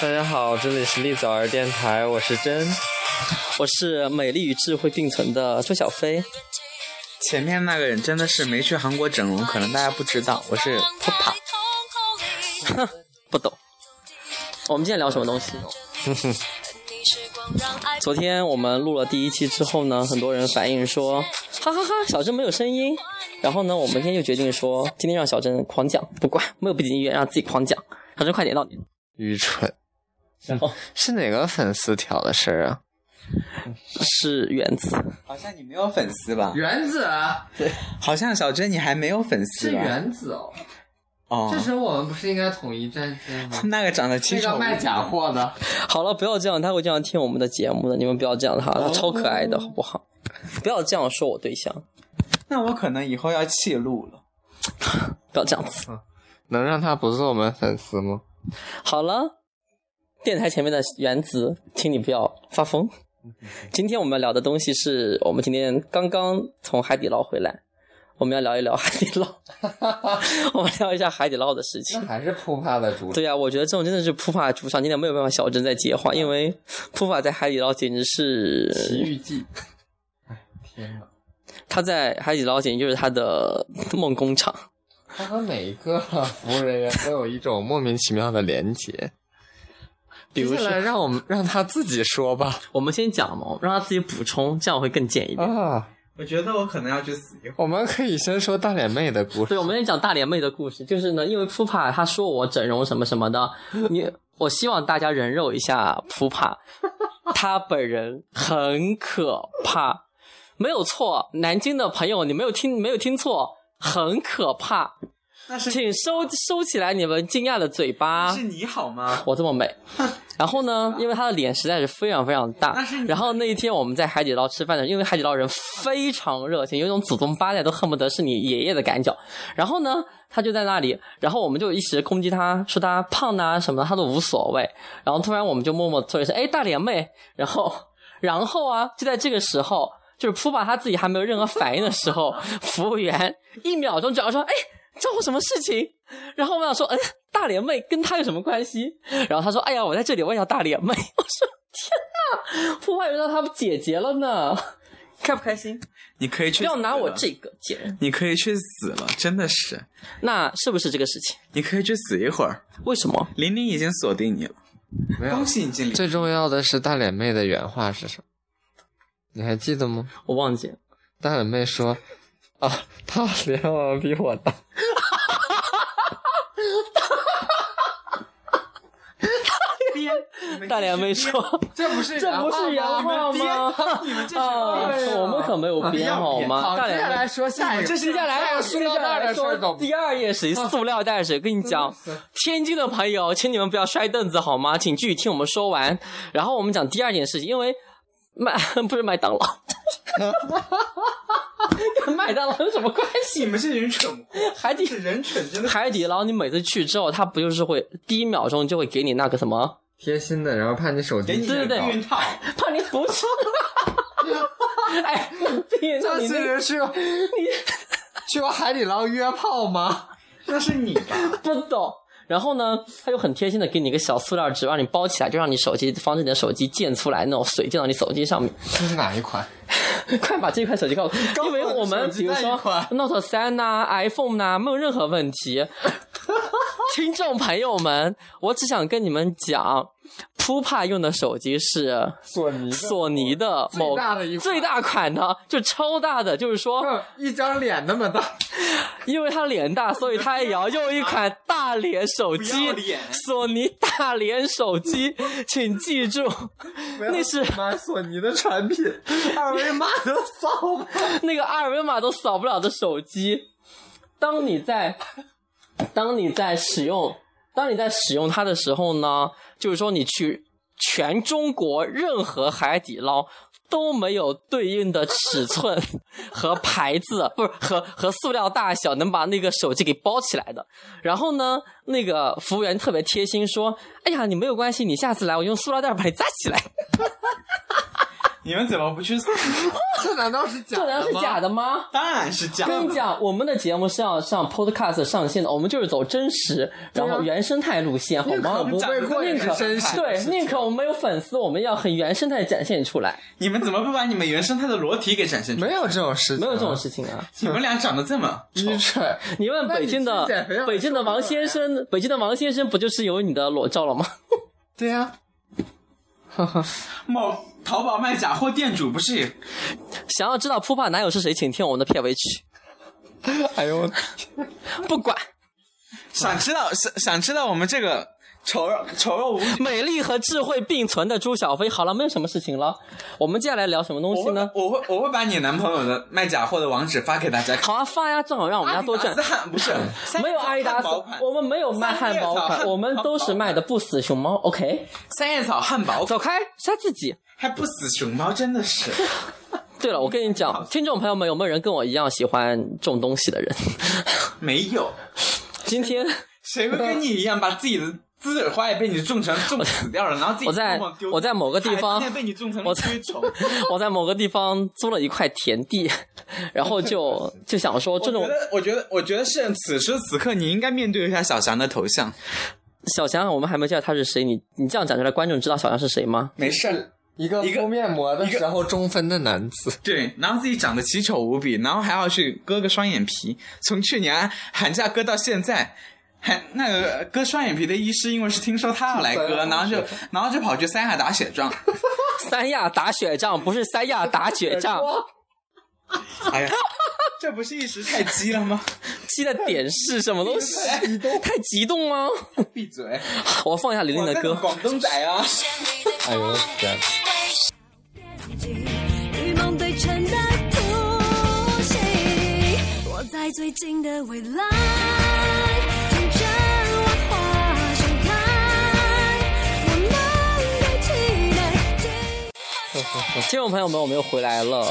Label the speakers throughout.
Speaker 1: 家好，这里是立早儿电台，我是真。
Speaker 2: 我是美丽与智慧并存的周小飞。
Speaker 3: 前面那个人真的是没去韩国整容，可能大家不知道，我是 Popa。
Speaker 2: 哼，不懂。我们今天聊什么东西？昨天我们录了第一期之后呢，很多人反映说，哈哈哈小珍没有声音。然后呢，我们今天就决定说，今天让小珍狂讲，不管 没有背景音乐，让自己狂讲。小珍快点到你。
Speaker 1: 愚蠢，嗯
Speaker 2: 然后
Speaker 1: 是哪个粉丝挑的事儿啊？
Speaker 2: 是原子，
Speaker 3: 好像你没有粉丝吧？
Speaker 4: 原子啊
Speaker 3: 好像小珍你还没有粉丝
Speaker 4: 是
Speaker 3: 吧？
Speaker 4: 原子哦，
Speaker 1: 嗯
Speaker 4: 这
Speaker 3: 哦，
Speaker 4: 时候我们不是应该统一战线 吗？
Speaker 3: 那个长得清
Speaker 4: 那
Speaker 3: 丑
Speaker 4: 个
Speaker 3: 无
Speaker 4: 卖假货的，
Speaker 2: 好了，不要这样，他会这样听我们的节目的，你们不要这样的哈，他超可爱的，好不好？不要这样说我对象，
Speaker 3: 那我可能以后要弃录了。
Speaker 2: 不要这样子。
Speaker 1: 能让他不是我们粉丝吗？
Speaker 2: 好了，电台前面的原子，请你不要发疯。
Speaker 1: 嗯
Speaker 2: 今天我们要聊的东西是我们今天刚刚从海底捞回来，我们要聊一 聊海底 捞，我们聊一下海底捞的事情。
Speaker 1: 还是扑怕的主。
Speaker 2: 对呀、我觉得这种真的是普法主场，今天没有办法小真在接
Speaker 1: 嗯
Speaker 2: 话，因为普法在海底捞简直
Speaker 4: 奇
Speaker 2: 是
Speaker 4: 遇 记。
Speaker 1: 哎
Speaker 4: 天哪，
Speaker 2: 他在海底捞简直就是他的梦工厂。
Speaker 1: 他和每一个服务人员都有一种莫名其妙的连结。
Speaker 2: 比如
Speaker 1: 接下来
Speaker 2: 说，
Speaker 1: 让我们让他自己说 吧。
Speaker 2: 我们先讲嘛，让他自己补充，这样会更贱一
Speaker 4: 嗯
Speaker 2: 点。
Speaker 1: 啊，
Speaker 3: 我觉得我可能要去死一会儿。
Speaker 1: 我们可以先说大脸妹的故事。
Speaker 2: 对，我们先讲大脸妹的故事，就是呢，因为普帕他说我整容什么什么的，你我希望大家人肉一下普帕，他本人很可怕，没有错，南京的朋友你没有听没有听错，很可怕，
Speaker 3: 那是
Speaker 2: 请收收起来你们惊讶的嘴
Speaker 1: 啊
Speaker 2: 巴
Speaker 3: 是。你好吗？
Speaker 2: 我这 么美，然后呢？因为她的脸实在是非常非常大
Speaker 3: 那 是。你
Speaker 2: 然后那一天我们在海底捞吃饭的时候，因为海底捞人非常热情，有一种祖宗八代都恨不得是你爷爷的赶脚。然后呢，他就在那里，然后我们就哎一直攻击他，说他胖呐、什么的，他都无所谓。然后突然我们就默默做一声，哎，大脸妹。然后，然后啊，就在这个时候，就是扑爸他自己还没有任何反应的时候，服务员一秒钟只要说，哎。找我什么事情？然后我想说，哎，大脸妹跟他有什么关系？然后他说，哎呀，我在这里，我也要大脸妹。我说，天 呐，扑爸原来他姐姐了呢， 开不开心？
Speaker 3: 你可以去
Speaker 2: 不要拿
Speaker 3: 死
Speaker 2: 我
Speaker 3: 了
Speaker 2: 这，个贱人。
Speaker 3: 你可以去死了，真的是，
Speaker 2: 那是不是这个事情？
Speaker 3: 你可以去死一会儿。
Speaker 2: 为什么？
Speaker 3: 玲玲已经锁定你了，
Speaker 1: 没有
Speaker 3: 恭喜你经理。
Speaker 1: 最重要的是大脸妹的原话是什么？你还记得吗？
Speaker 2: 我忘记了。
Speaker 1: 大脸妹说：“啊，他脸往比我大。
Speaker 2: 大脸妹说啊
Speaker 4: 这不：“是
Speaker 2: 这不是原话吗？
Speaker 3: 你 们这
Speaker 1: 哦
Speaker 2: 啊，我们可没有编好吗？
Speaker 4: 好，
Speaker 2: 大
Speaker 4: 接下
Speaker 2: 脸妹
Speaker 4: 来说下一个，
Speaker 2: 接下来
Speaker 4: 有塑料袋的事儿懂吗
Speaker 2: 第二页是塑料袋水，跟你讲，天津的朋友，请你们不要摔凳子好吗？请继续听我们说完。然后我们讲第二件事情，因为麦 不是麦当劳，跟麦当劳有什么关系？
Speaker 3: 你们这人蠢货，
Speaker 2: 海底
Speaker 3: 这人蠢真的
Speaker 2: 海底捞，你每次去之后，他不就是会第一秒钟就会给你那个什么？”
Speaker 1: 贴心的，然后怕你手
Speaker 3: 给
Speaker 1: 机
Speaker 3: 你
Speaker 2: 对对对
Speaker 3: 避孕套。
Speaker 2: 怕你不是。哎，闭眼
Speaker 1: 这
Speaker 2: 你
Speaker 1: 是
Speaker 2: 那
Speaker 1: 人去过去过海底捞约炮吗？
Speaker 3: 那是你吧？
Speaker 2: 不懂。然后呢，他又很贴心的给你一个小塑料纸，让你包起来，就让你手机防止你的手机溅出来，那种水溅到你手机上面。
Speaker 1: 这是哪一款？
Speaker 2: 快把这款手机告诉我，因为我们比如说 Note 三呐、iPhone 呐、没有任何 问题。听众朋友们，我只想跟你们讲，Pupa 用的手机是
Speaker 1: 索尼的
Speaker 2: 索尼的某
Speaker 4: 最大的一款
Speaker 2: 最大款的，就超大的，就是 说
Speaker 1: 一张脸那么大，
Speaker 2: 因为他脸大，所以他也要用一款大脸手
Speaker 3: 不
Speaker 2: 机
Speaker 3: 要脸，
Speaker 2: 索尼大脸手机，请记住，那是
Speaker 1: 妈索尼的产品，二维码都扫不。
Speaker 2: 那个二维码都扫不了的手机。当你在，当你在使用，当你在使用它的时候呢，就是说你去全中国任何海底捞。都没有对应的尺寸和牌子，不是和和塑料大小能把那个手机给包起来的。然后呢，那个服务员特别贴心说：“哎呀，你没有关系，你下次来我用塑料袋把你扎起来。”
Speaker 5: 你们怎么不去死？
Speaker 1: 这难道是假
Speaker 2: 这
Speaker 1: 的吗？
Speaker 2: 难道是假的吗？
Speaker 5: 当然是假的。
Speaker 2: 跟你讲，我们的节目是要上 Podcast 上线的，我们就是走真实，然后原生态路线，好吗？
Speaker 1: 啊不被困
Speaker 2: 宁
Speaker 1: 也
Speaker 2: 可
Speaker 1: 是真实。
Speaker 2: 对，宁可我们有粉丝，我们要很原生态地展现出来，
Speaker 5: 你们怎么不把你们原生态的裸体给展现出来？
Speaker 1: 没有这种事情，
Speaker 2: 没有这种事情啊！
Speaker 5: 你们俩长得这么
Speaker 1: 愚蠢。
Speaker 2: 你问北京
Speaker 1: 那你
Speaker 2: 的
Speaker 1: 去减肥啊
Speaker 2: 北京的王先生，北京的王先生不就是有你的裸照了吗？
Speaker 1: 对呀，
Speaker 5: 某淘宝卖假货店主不是也
Speaker 2: 想要知道扑 a 男友是谁，请听我们的片尾曲。
Speaker 1: 哎呦，
Speaker 2: 不管
Speaker 5: 想知 道想想知道我们这个丑陋丑陋无比
Speaker 2: 美丽和智慧并存的朱小飞，好了，没有什么事情了。我们接下来聊什么东
Speaker 5: 我
Speaker 2: 西
Speaker 5: 会
Speaker 2: 呢？
Speaker 5: 我会我会把你男朋友的卖假货的网址发给大家看。
Speaker 2: 好啊，发呀，正好让我们家多赚
Speaker 5: 阿迪。达斯汉不是
Speaker 2: 没有阿迪达斯
Speaker 5: 汉堡款，
Speaker 2: 我们没有卖汉堡
Speaker 5: 三叶
Speaker 2: 款，
Speaker 5: 草
Speaker 2: 我们都是卖的不死熊猫。OK，
Speaker 5: 三叶草汉堡
Speaker 2: 走开，杀自己。
Speaker 5: 还不死熊猫，真的 是。
Speaker 2: 对了，我跟你讲，听众朋友们，有没有人跟我一样喜欢种东西的人？
Speaker 5: 没有，
Speaker 2: 今天
Speaker 5: 谁会跟你一样把自己的栀子花也被 你种成种死掉了，然后自己
Speaker 2: 我在
Speaker 5: 默默丢
Speaker 2: 我在某个地方
Speaker 5: 还被你种成
Speaker 2: 我在
Speaker 5: 蛆虫。
Speaker 2: 我在某个地方租了一块田地，然后 就就想说， 这种
Speaker 5: 我觉得，我觉得，我觉得是此时此刻你应该面对一下小翔的头像。
Speaker 2: 小翔，我们还没介绍他是谁，你你这样讲出来，观众知道小翔是谁吗？
Speaker 5: 没事儿，
Speaker 1: 一个
Speaker 5: 一个
Speaker 1: 敷面膜的时候中分的男子，
Speaker 5: 对，然后自己长得奇丑无比，然后还要去割个双眼皮，从去年寒假割到现在。还那个割双眼皮的医师，因为是听说他要来 割，
Speaker 2: 啊
Speaker 5: 然后就然后就跑去三亚打雪仗。
Speaker 2: 三亚打雪仗不是三亚打雪仗，
Speaker 5: 哎呀，这不是一时太激了吗？
Speaker 2: 激的点是什么东西？太激动吗？
Speaker 5: 闭嘴！
Speaker 2: 我放一下玲玲
Speaker 5: 我
Speaker 2: 的
Speaker 5: 在
Speaker 2: 歌。
Speaker 5: 广东仔啊，
Speaker 1: 哎 呦我天，
Speaker 6: 与梦对称的突袭，我在最近的未来，听着万花盛开，我们的期待。
Speaker 2: 听众朋友们，我们又回来了。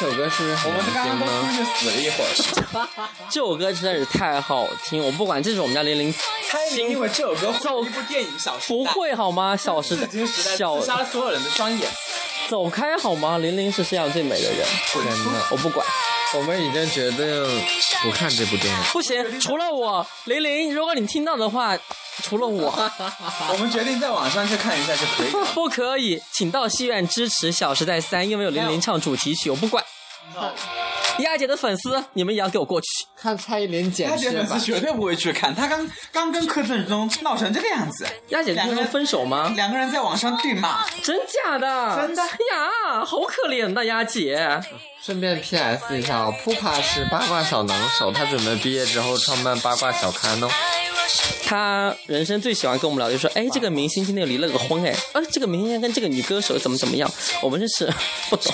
Speaker 1: 这首歌是不是
Speaker 5: 我
Speaker 1: 很
Speaker 5: 们刚刚
Speaker 1: 难
Speaker 5: 都
Speaker 1: 听
Speaker 5: 出
Speaker 1: 呢？
Speaker 5: 去死了一 会儿。
Speaker 2: 这首歌实在是太好听，我不管，这是我们家玲玲
Speaker 5: 猜你因为这首歌
Speaker 2: 走
Speaker 5: 火了一部电影《小时
Speaker 2: 不》。
Speaker 5: 代
Speaker 2: 会好 吗？小时代
Speaker 5: 至今时代
Speaker 2: 小
Speaker 5: 刺杀了所有人的双 眼。
Speaker 2: 走开好吗？玲玲是世界上最美的人，
Speaker 1: 天哪，
Speaker 2: 我不管，
Speaker 1: 我们已经决定不看这部电影。
Speaker 2: 不行，除了我，玲玲，如果你听到的话，除了我， 啊
Speaker 5: 我们决定在网上去看一下就可以了。
Speaker 2: 不可以，请到戏院支持《小时代三》，因为有玲玲唱主题曲，我不管。丫姐的粉丝，你们也要给我过去。
Speaker 1: 看蔡依林剪
Speaker 5: 他觉
Speaker 1: 视
Speaker 5: 得粉
Speaker 1: 吧
Speaker 5: 丝，绝对不会去看，他刚刚跟柯震东闹成这个样子，
Speaker 2: 丫姐不
Speaker 5: 两个
Speaker 2: 能
Speaker 5: 人
Speaker 2: 分手吗？
Speaker 5: 两个人在网上对骂，
Speaker 2: 真假的？哎
Speaker 5: 真的
Speaker 2: 呀，好可怜的丫姐。
Speaker 1: 顺便 PS 一下哦，p 帕是八卦小能手，他准备毕业之后创办八卦小刊哦。
Speaker 2: 她人生最喜欢跟我们聊，就说，哎，这个明星今天又离了个婚，哎，啊，这个明星跟这个女歌手怎么怎么样，我们真是不懂，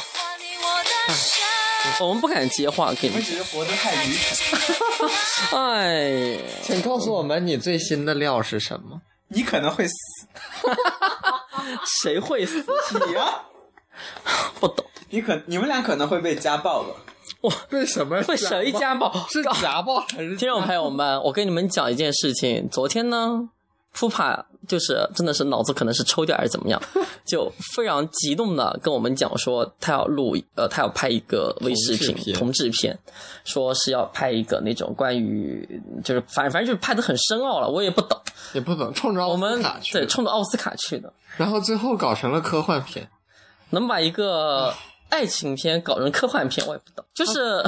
Speaker 2: 我们不敢接话，给
Speaker 5: 我
Speaker 2: 你，
Speaker 5: 只是活得太愚蠢。
Speaker 2: 哎，
Speaker 1: 请告诉我们你最新的料是什么？
Speaker 5: 你可能会死，
Speaker 2: 谁会死？
Speaker 5: 你啊，
Speaker 2: 不懂，
Speaker 5: 你可你们俩可能会被家暴了。
Speaker 1: 为什么
Speaker 2: 会谁家暴？
Speaker 1: 是家暴还是？
Speaker 2: 听众朋友们，我跟你们讲一件事情。昨天呢，Pupa 就是真的是脑子可能是抽掉还是怎么 样，就非常激动的跟我们讲说，他要录呃，他要拍一个微视频
Speaker 1: 同志片
Speaker 2: 同志片，说是要拍一个那种关于就是反正反正就是拍的很深奥了，我也不懂。
Speaker 1: 也不懂，冲着
Speaker 2: 我
Speaker 1: 奥斯
Speaker 2: 们
Speaker 1: 卡去
Speaker 2: 对
Speaker 1: 了，
Speaker 2: 冲着奥斯卡去的，
Speaker 1: 然后最后搞成了科幻片。
Speaker 2: 能把一个爱情片搞成科幻片，我也不懂，就是。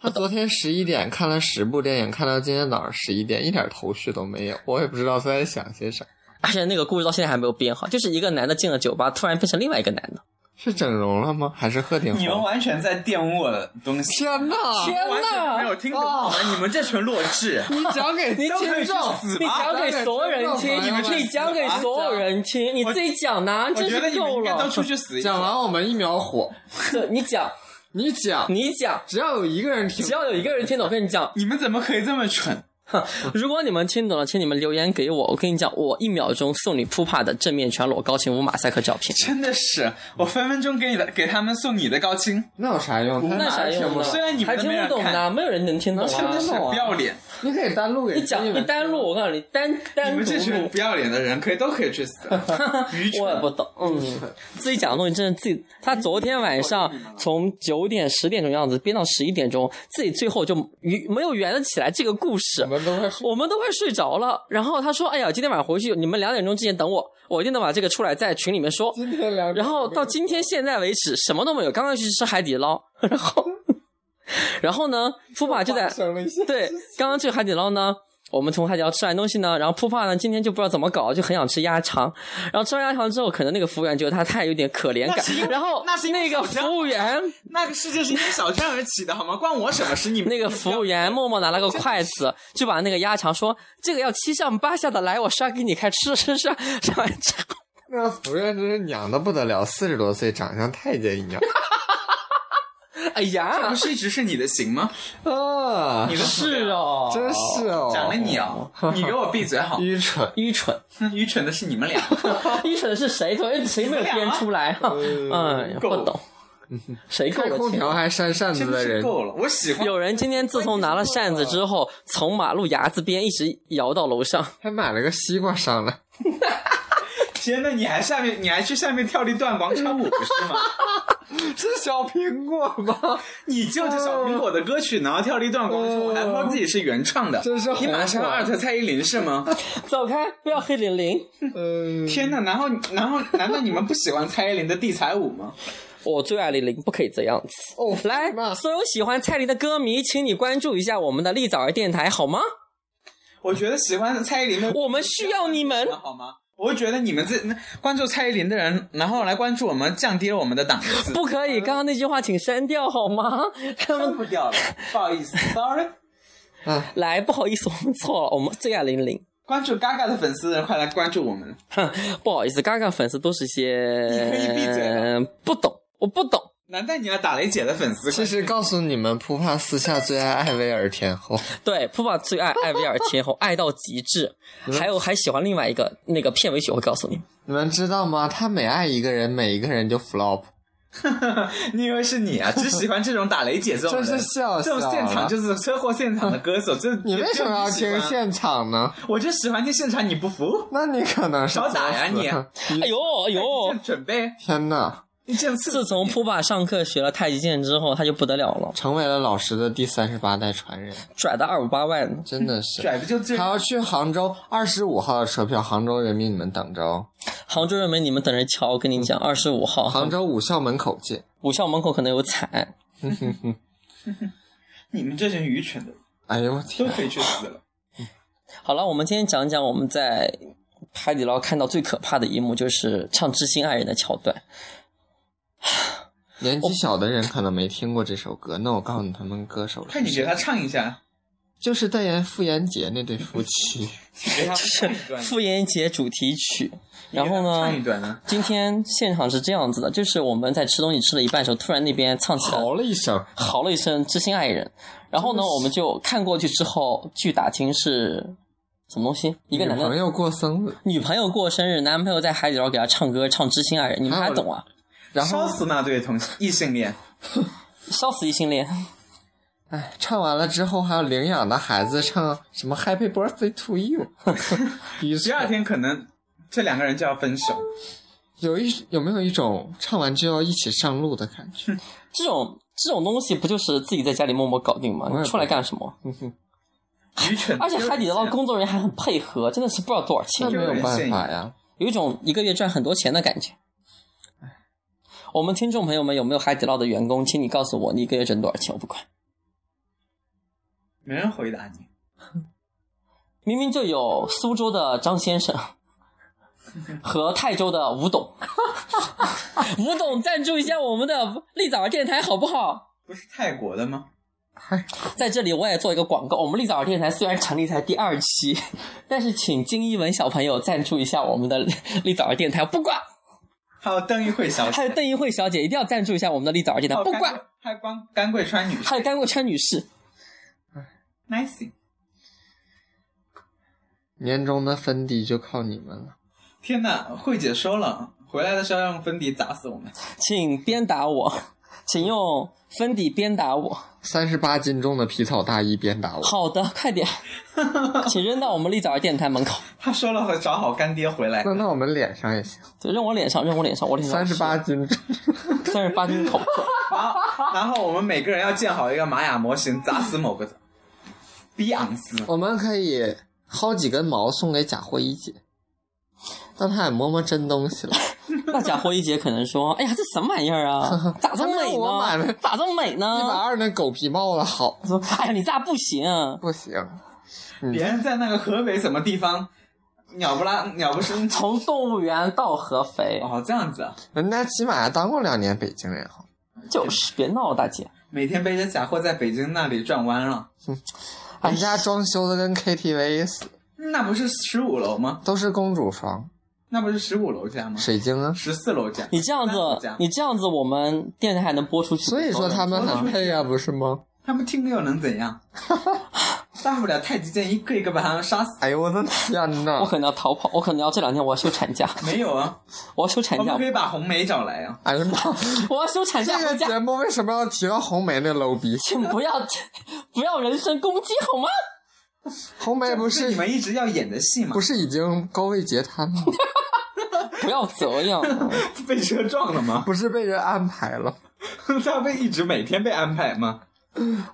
Speaker 1: 他昨天十一点看了十部电影，看到今天早上十一点，一点头绪都没有，我也不知道他在想些啥。
Speaker 2: 而且那个故事到现在还没有编好，就是一个男的进了酒吧，突然变成另外一个男的。
Speaker 1: 是整容了吗？还是鹤顶
Speaker 5: 你们
Speaker 1: 红？
Speaker 5: 完全在玷污我的东西，
Speaker 1: 天哪！
Speaker 5: 完全没有听懂好吗？你们这群弱智，
Speaker 1: 你讲给听
Speaker 5: 都可以去
Speaker 1: 众，
Speaker 5: 死
Speaker 2: 你
Speaker 5: 吧！
Speaker 2: 讲给所有
Speaker 5: 啊
Speaker 2: 人听，
Speaker 1: 你们去死吧
Speaker 2: 你讲给所有人听，你自己讲呢、
Speaker 5: 我
Speaker 2: 真
Speaker 5: 觉得
Speaker 2: 是
Speaker 5: 你们
Speaker 2: 够
Speaker 5: 应该都
Speaker 2: 了。
Speaker 5: 出去死一下。
Speaker 1: 讲完我们一秒火。
Speaker 2: 这 你讲，
Speaker 1: 你讲，
Speaker 2: 你讲，
Speaker 1: 只要有一个人听
Speaker 2: 只，要有一个人听懂，我跟你讲，
Speaker 5: 你们怎么可以这么蠢？
Speaker 2: 哼，如果你们听懂了，请你们留言给我。我跟你讲，我一秒钟送你 Pupa 的正面全裸高清无马赛克照片。
Speaker 5: 真的是，我分分钟给你的给他们送你的高清，
Speaker 1: 那有啥用？
Speaker 5: 哎
Speaker 1: 他
Speaker 2: 那啥用呢？
Speaker 5: 虽然你
Speaker 2: 还
Speaker 5: 们都
Speaker 2: 听
Speaker 5: 没人
Speaker 2: 不懂呢，没有人能听懂
Speaker 5: 真的是
Speaker 2: 啊
Speaker 5: 不。要脸！
Speaker 1: 你可以单录给
Speaker 2: 你讲
Speaker 1: 亲戚
Speaker 2: 你
Speaker 1: 们
Speaker 2: 单录，我告诉你，单单
Speaker 5: 你
Speaker 2: 独
Speaker 5: 们这群
Speaker 2: 录
Speaker 5: 不，要脸的人，可以都可以 去死。愚
Speaker 2: 我也
Speaker 5: 蠢！
Speaker 2: 不 懂。嗯，自己讲的东西真的自己。他昨天晚上从九点十点钟样子编到十一点钟，自己最后就圆没有圆得起来这个故事。
Speaker 1: 我们都快
Speaker 2: 我们都快睡着了。然后他说：“哎呀，今天晚上回去，你们两点钟之前等我，我一定能把这个出来在群里面说。”
Speaker 1: 今天聊。
Speaker 2: 然后到今天现在为止，什么都没有。刚刚去吃海底捞，然后， 然后呢，普法就在
Speaker 1: 省了一 些，
Speaker 2: 对刚刚去海底捞呢。我们从海底捞吃完东西呢，然后普帕呢今天就不知道怎么搞，就很想吃鸭肠。然后吃完鸭肠之后，可能那个服务员觉得他太有点可怜
Speaker 5: 那是因
Speaker 2: 感，
Speaker 5: 为
Speaker 2: 然后
Speaker 5: 那是因为
Speaker 2: 个
Speaker 5: 小张
Speaker 2: 服务 员
Speaker 5: 那个事情是因为小站而起的，好吗？关我什么事？你们
Speaker 2: 那个服务员默默拿了个筷子，就把那个鸭肠说：“这个要七上八下的来，我杀给你看，吃吃吃。”吃 完之后，
Speaker 1: 那福瑞真是娘的不得了，四十多岁，长相太监一样
Speaker 2: 哎
Speaker 5: 这
Speaker 2: 呀
Speaker 5: 不，是一直是你的型吗？
Speaker 1: 啊！
Speaker 5: 你的
Speaker 2: 是哦，
Speaker 1: 真是哦，
Speaker 5: 长了你哦！你给我闭嘴 好！
Speaker 1: 愚蠢。
Speaker 2: 愚蠢，
Speaker 5: 哼愚蠢的是你们俩。
Speaker 2: 愚蠢的是谁？昨天谁没有编出来啊？嗯，不懂，谁够
Speaker 1: 开
Speaker 2: 了
Speaker 1: 空
Speaker 2: 钱
Speaker 1: 调？还扇扇子
Speaker 5: 真
Speaker 1: 的
Speaker 5: 的是
Speaker 1: 人，
Speaker 5: 够了！我喜欢
Speaker 2: 有人今天自从拿了扇子之后，从马路牙子边一直摇到楼上。
Speaker 1: 还买了个西瓜上 来。
Speaker 5: 天呐，你还下面你还去下面跳了一段广场舞不是吗？
Speaker 1: 是小苹果吗？
Speaker 5: 你就着小苹果的歌曲，然后跳了一段广场舞，还说自己是原创的，
Speaker 1: 真是
Speaker 5: 你马上
Speaker 1: 红火
Speaker 5: 二特蔡依林是吗？
Speaker 2: 走开，不要黑玲玲。
Speaker 1: 嗯，
Speaker 5: 天呐，然后然后难道你们不喜欢蔡依林的地彩舞吗？
Speaker 2: 我最爱李玲，不可以这样子。
Speaker 1: 哦
Speaker 2: 来，
Speaker 5: 啊
Speaker 2: 所有喜欢蔡琳的歌迷，请你关注一下我们的立早儿电台，好吗？
Speaker 5: 我觉得喜欢蔡依林的
Speaker 2: 我们需要你们。
Speaker 5: 好吗？我会觉得你们这关注蔡依林的人，然后来关注我们，降低了我们的档次，
Speaker 2: 不可以，刚刚那句话请删掉好吗？ 他们
Speaker 5: 不掉了，不好意思，sorry。
Speaker 2: 来，不好意思，我们错了，我们最爱玲玲。
Speaker 5: 关注 Gaga 的粉丝的人，快来关注我们！
Speaker 2: 哼，不好意思，刚刚粉丝都是些
Speaker 5: 你可以闭嘴了
Speaker 2: 不懂，我不懂。
Speaker 5: 难道你要打雷姐的粉丝？
Speaker 1: 其实告诉你们，扑帕私下最爱艾薇儿天后。
Speaker 2: 对，普法最爱艾薇儿天后， 爱到极致，还有还喜欢另外一个那个片尾曲，我会告诉你。
Speaker 1: 你们知道吗？他每爱一个人，每一个人就 flop。
Speaker 5: 你以为是你啊？只喜欢这种打雷姐 这种人，
Speaker 1: 真是笑死
Speaker 5: 这
Speaker 1: 了
Speaker 5: 种现场就是车祸现场的歌手，这
Speaker 1: 你为什么要听？
Speaker 5: 这
Speaker 1: 现场呢？
Speaker 5: 我就喜欢听现场，你不服？
Speaker 1: 那你可能是
Speaker 5: 少打呀
Speaker 1: 作死
Speaker 2: 哎呦哎呦
Speaker 5: 正！准备
Speaker 1: 天哪，
Speaker 5: 一剑刺
Speaker 2: 自从普法上课学了太极剑之后，他就不得了了，
Speaker 1: 成为了老师的第三十八代传人，
Speaker 2: 拽到二五八万。
Speaker 1: 真的 是。
Speaker 5: 拽不就这
Speaker 1: 还？要去杭州，二十五号的车票，杭州人民你们等着哦，
Speaker 2: 杭州人民，你们等着瞧！我跟你讲，二十五
Speaker 5: 哦
Speaker 2: 号，
Speaker 1: 杭州五校门口见。
Speaker 2: 武校门口可能有彩。
Speaker 5: 你们这群愚蠢的
Speaker 1: 哎呦我
Speaker 5: 都
Speaker 1: 天，
Speaker 5: 可以去死了！
Speaker 2: 好了，我们今天讲一讲我们在海底捞看到最可怕的一幕，就是唱《知心爱人》的桥 段。
Speaker 1: 年纪小的人可能没听过这首歌，那我告诉你他们歌手
Speaker 5: 快，你给他唱一下，
Speaker 1: 就是代言傅炎杰那对夫 妻。
Speaker 5: 给他们唱一 段，
Speaker 2: 傅炎杰主题曲，
Speaker 5: 你给
Speaker 2: 然
Speaker 5: 他
Speaker 2: 后
Speaker 5: 们唱一
Speaker 2: 呢？
Speaker 5: 段啊呢？
Speaker 2: 今天现场是这样子的，就是我们在吃东西吃了一半的时候，突然那边唱起来，
Speaker 1: 嚎了一声，
Speaker 2: 嚎了一声“知心爱人”，然后呢，我们就看过去之后，据打听是什么东西，一个
Speaker 1: 女
Speaker 2: 男的
Speaker 1: 朋友过生日，
Speaker 2: 女朋友过生日，男朋友在海底捞给她唱歌，唱《知心爱人》，你们还懂啊？
Speaker 1: 然后
Speaker 5: 烧死那对同异性恋，
Speaker 2: 烧死异性恋！
Speaker 1: 哎，唱完了之后还有领养的孩子唱什么 Happy Birthday to You，于
Speaker 5: 第
Speaker 1: 是
Speaker 5: 二天可能这两个人就要分手。
Speaker 1: 有一有没有一种唱完就要一起上路的感觉？
Speaker 2: 这种这种东西不就是自己在家里默默搞定吗？
Speaker 1: 我也
Speaker 2: 你
Speaker 1: 不
Speaker 2: 出来干什么？
Speaker 5: 愚蠢，
Speaker 2: 而且海底捞
Speaker 5: 公
Speaker 2: 工作人员还很配合，真的是不知道多少
Speaker 1: 那
Speaker 2: 钱，
Speaker 1: 没有办法呀，
Speaker 2: 有一种一个月赚很多钱的感觉。我们听众朋友们有没有海底捞的员工？请你告诉我，你一个月挣多少钱？我不管。
Speaker 5: 没人回答你。
Speaker 2: 明明就有苏州的张先生和泰州的吴董，吴董赞助一下我们的立早儿电台好不好？
Speaker 5: 不是泰国的吗？
Speaker 2: 在这里我也做一个广告，我们立早儿电台虽然成立才第二期， 但是请金一文小朋友赞助一下我们的立早儿电台，不挂。
Speaker 5: 还有邓玉慧小姐，
Speaker 2: 还有邓一慧小姐一定要赞助一下我们的立早儿电
Speaker 5: 还
Speaker 2: 台，
Speaker 5: 有
Speaker 2: 不
Speaker 5: 甘
Speaker 2: 挂。，
Speaker 5: 还有甘甘桂川女士
Speaker 2: 还有甘国川女士，
Speaker 5: ，nice。
Speaker 1: 年终的粉底就靠你们了。
Speaker 5: 天呐，慧姐说了，回来的时候要用粉底砸死我们。
Speaker 2: 请鞭打我，请用粉底鞭打我。
Speaker 1: 三十八斤重的皮草大衣鞭打我，
Speaker 2: 好的，快点，请扔到我们立早儿电台门口，
Speaker 5: 她说了会找好干爹回来。
Speaker 1: 那那我们脸上也行，
Speaker 2: 就扔我脸上，扔我脸 上，我脸上
Speaker 1: 三十 八斤重。
Speaker 2: 三十八斤口重。
Speaker 5: 然后我们每个人要建好一个玛雅模型，砸死某个比昂斯。
Speaker 1: 我们可以薅几根毛送给假货一姐，让她也摸摸真东西了。
Speaker 2: 那假货一姐可能说：“哎呀，这什么玩意 儿啊？咋这么
Speaker 1: 哎
Speaker 2: 美
Speaker 1: 呀我买
Speaker 2: 呢
Speaker 1: 了？
Speaker 2: 咋这么美
Speaker 1: 一百
Speaker 2: 呢
Speaker 1: 二那狗皮帽子好？”
Speaker 2: 她说：“哎呀，你咋不行？
Speaker 1: 不行，
Speaker 2: 嗯
Speaker 5: 别人在那个河北什么地方，鸟不拉鸟不生虫。
Speaker 2: 从动物园到合肥，
Speaker 5: 哦，这样子啊，
Speaker 1: 人家起码当过两年北京人好。
Speaker 2: 就是别闹，大姐。
Speaker 5: 每天背着假货在北京那里转弯了。
Speaker 1: 人家装修的跟 KTV 似，
Speaker 5: 那不是十五楼吗？
Speaker 1: 都是公主房，
Speaker 5: 那不是十五楼下吗？
Speaker 1: 水晶啊。
Speaker 5: 十四楼下。
Speaker 2: 你这样
Speaker 5: 那我
Speaker 2: 子
Speaker 5: 家，
Speaker 2: 你这样子，我们电台还能播出去。
Speaker 1: 所以说他们很配呀、哦不是吗？
Speaker 5: 他们听了又能 怎样？大不了太极剑一个一个把他们杀死。
Speaker 1: 哎呦我的天
Speaker 2: 我
Speaker 1: 呐！
Speaker 2: 可能要逃跑，我可能要这两天我要休 产假，
Speaker 5: 没有啊，
Speaker 2: 我要休产
Speaker 5: 我
Speaker 2: 假
Speaker 5: 们可，以把红梅找来啊。
Speaker 1: 哎呦 那
Speaker 2: 我要休产假
Speaker 1: 这个
Speaker 2: 回家
Speaker 1: 节，目为什么要提到红梅那 low 逼？
Speaker 2: 请不要 不要人身攻击好吗？
Speaker 1: 红梅不
Speaker 5: 是你
Speaker 1: 是
Speaker 5: 们一直要演的戏吗
Speaker 1: 不？是已经高位截瘫 了吗？
Speaker 2: 不要这样，
Speaker 5: 被车撞了吗？
Speaker 1: 不是被人安排了？
Speaker 5: 他被一直每天被安排吗？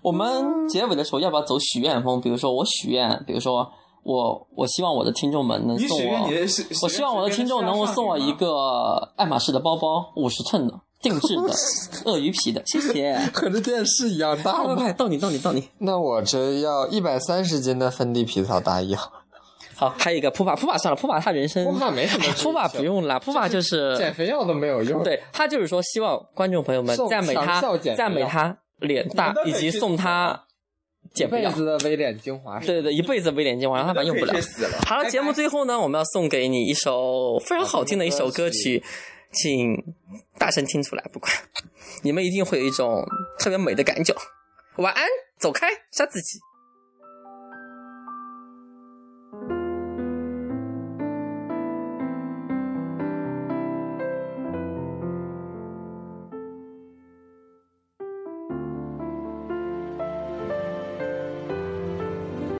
Speaker 2: 我们结尾的时候要不要走许愿风？比如说我许愿，比如说我我希望我的听众们能
Speaker 5: 你
Speaker 2: 送
Speaker 5: 许
Speaker 2: 我
Speaker 5: 愿，你，的许
Speaker 2: 我希望我的听众能够送我一。个爱马仕的包包，五十寸的定制的鳄鱼皮 的，谢谢。
Speaker 1: 和这电视一样大
Speaker 2: 快 快
Speaker 1: 吗？
Speaker 2: 快，到你到你到你！
Speaker 1: 那我这要一百三十斤的芬迪皮草大衣，啊
Speaker 2: 好，还有一个普法，普法算了，普法他人生，
Speaker 1: 普法没什 么
Speaker 2: 哎普法
Speaker 1: 追求
Speaker 2: 不用啦，普法就是
Speaker 1: 减肥药都没有用。，
Speaker 2: 对他就是说，希望观众朋友们
Speaker 1: 送
Speaker 2: 赞美
Speaker 1: 强
Speaker 2: 他
Speaker 1: 效减，肥
Speaker 2: 赞美
Speaker 1: 药
Speaker 2: 他脸大
Speaker 5: 们都，可
Speaker 2: 以
Speaker 5: 以
Speaker 2: 及
Speaker 5: 去
Speaker 2: 送他
Speaker 1: 一
Speaker 2: 减肥
Speaker 1: 辈
Speaker 2: 药。
Speaker 1: 子的微脸精华
Speaker 2: 对对对，一辈子威廉金，我让他
Speaker 5: 他
Speaker 2: 反正用不了
Speaker 5: 去。死了。
Speaker 2: 好了，节目最后呢，我们要送给你一首非常好听的一首歌曲，请大声听出来，不管你们一定会有一种特别美的感觉。晚安，走开，杀自己。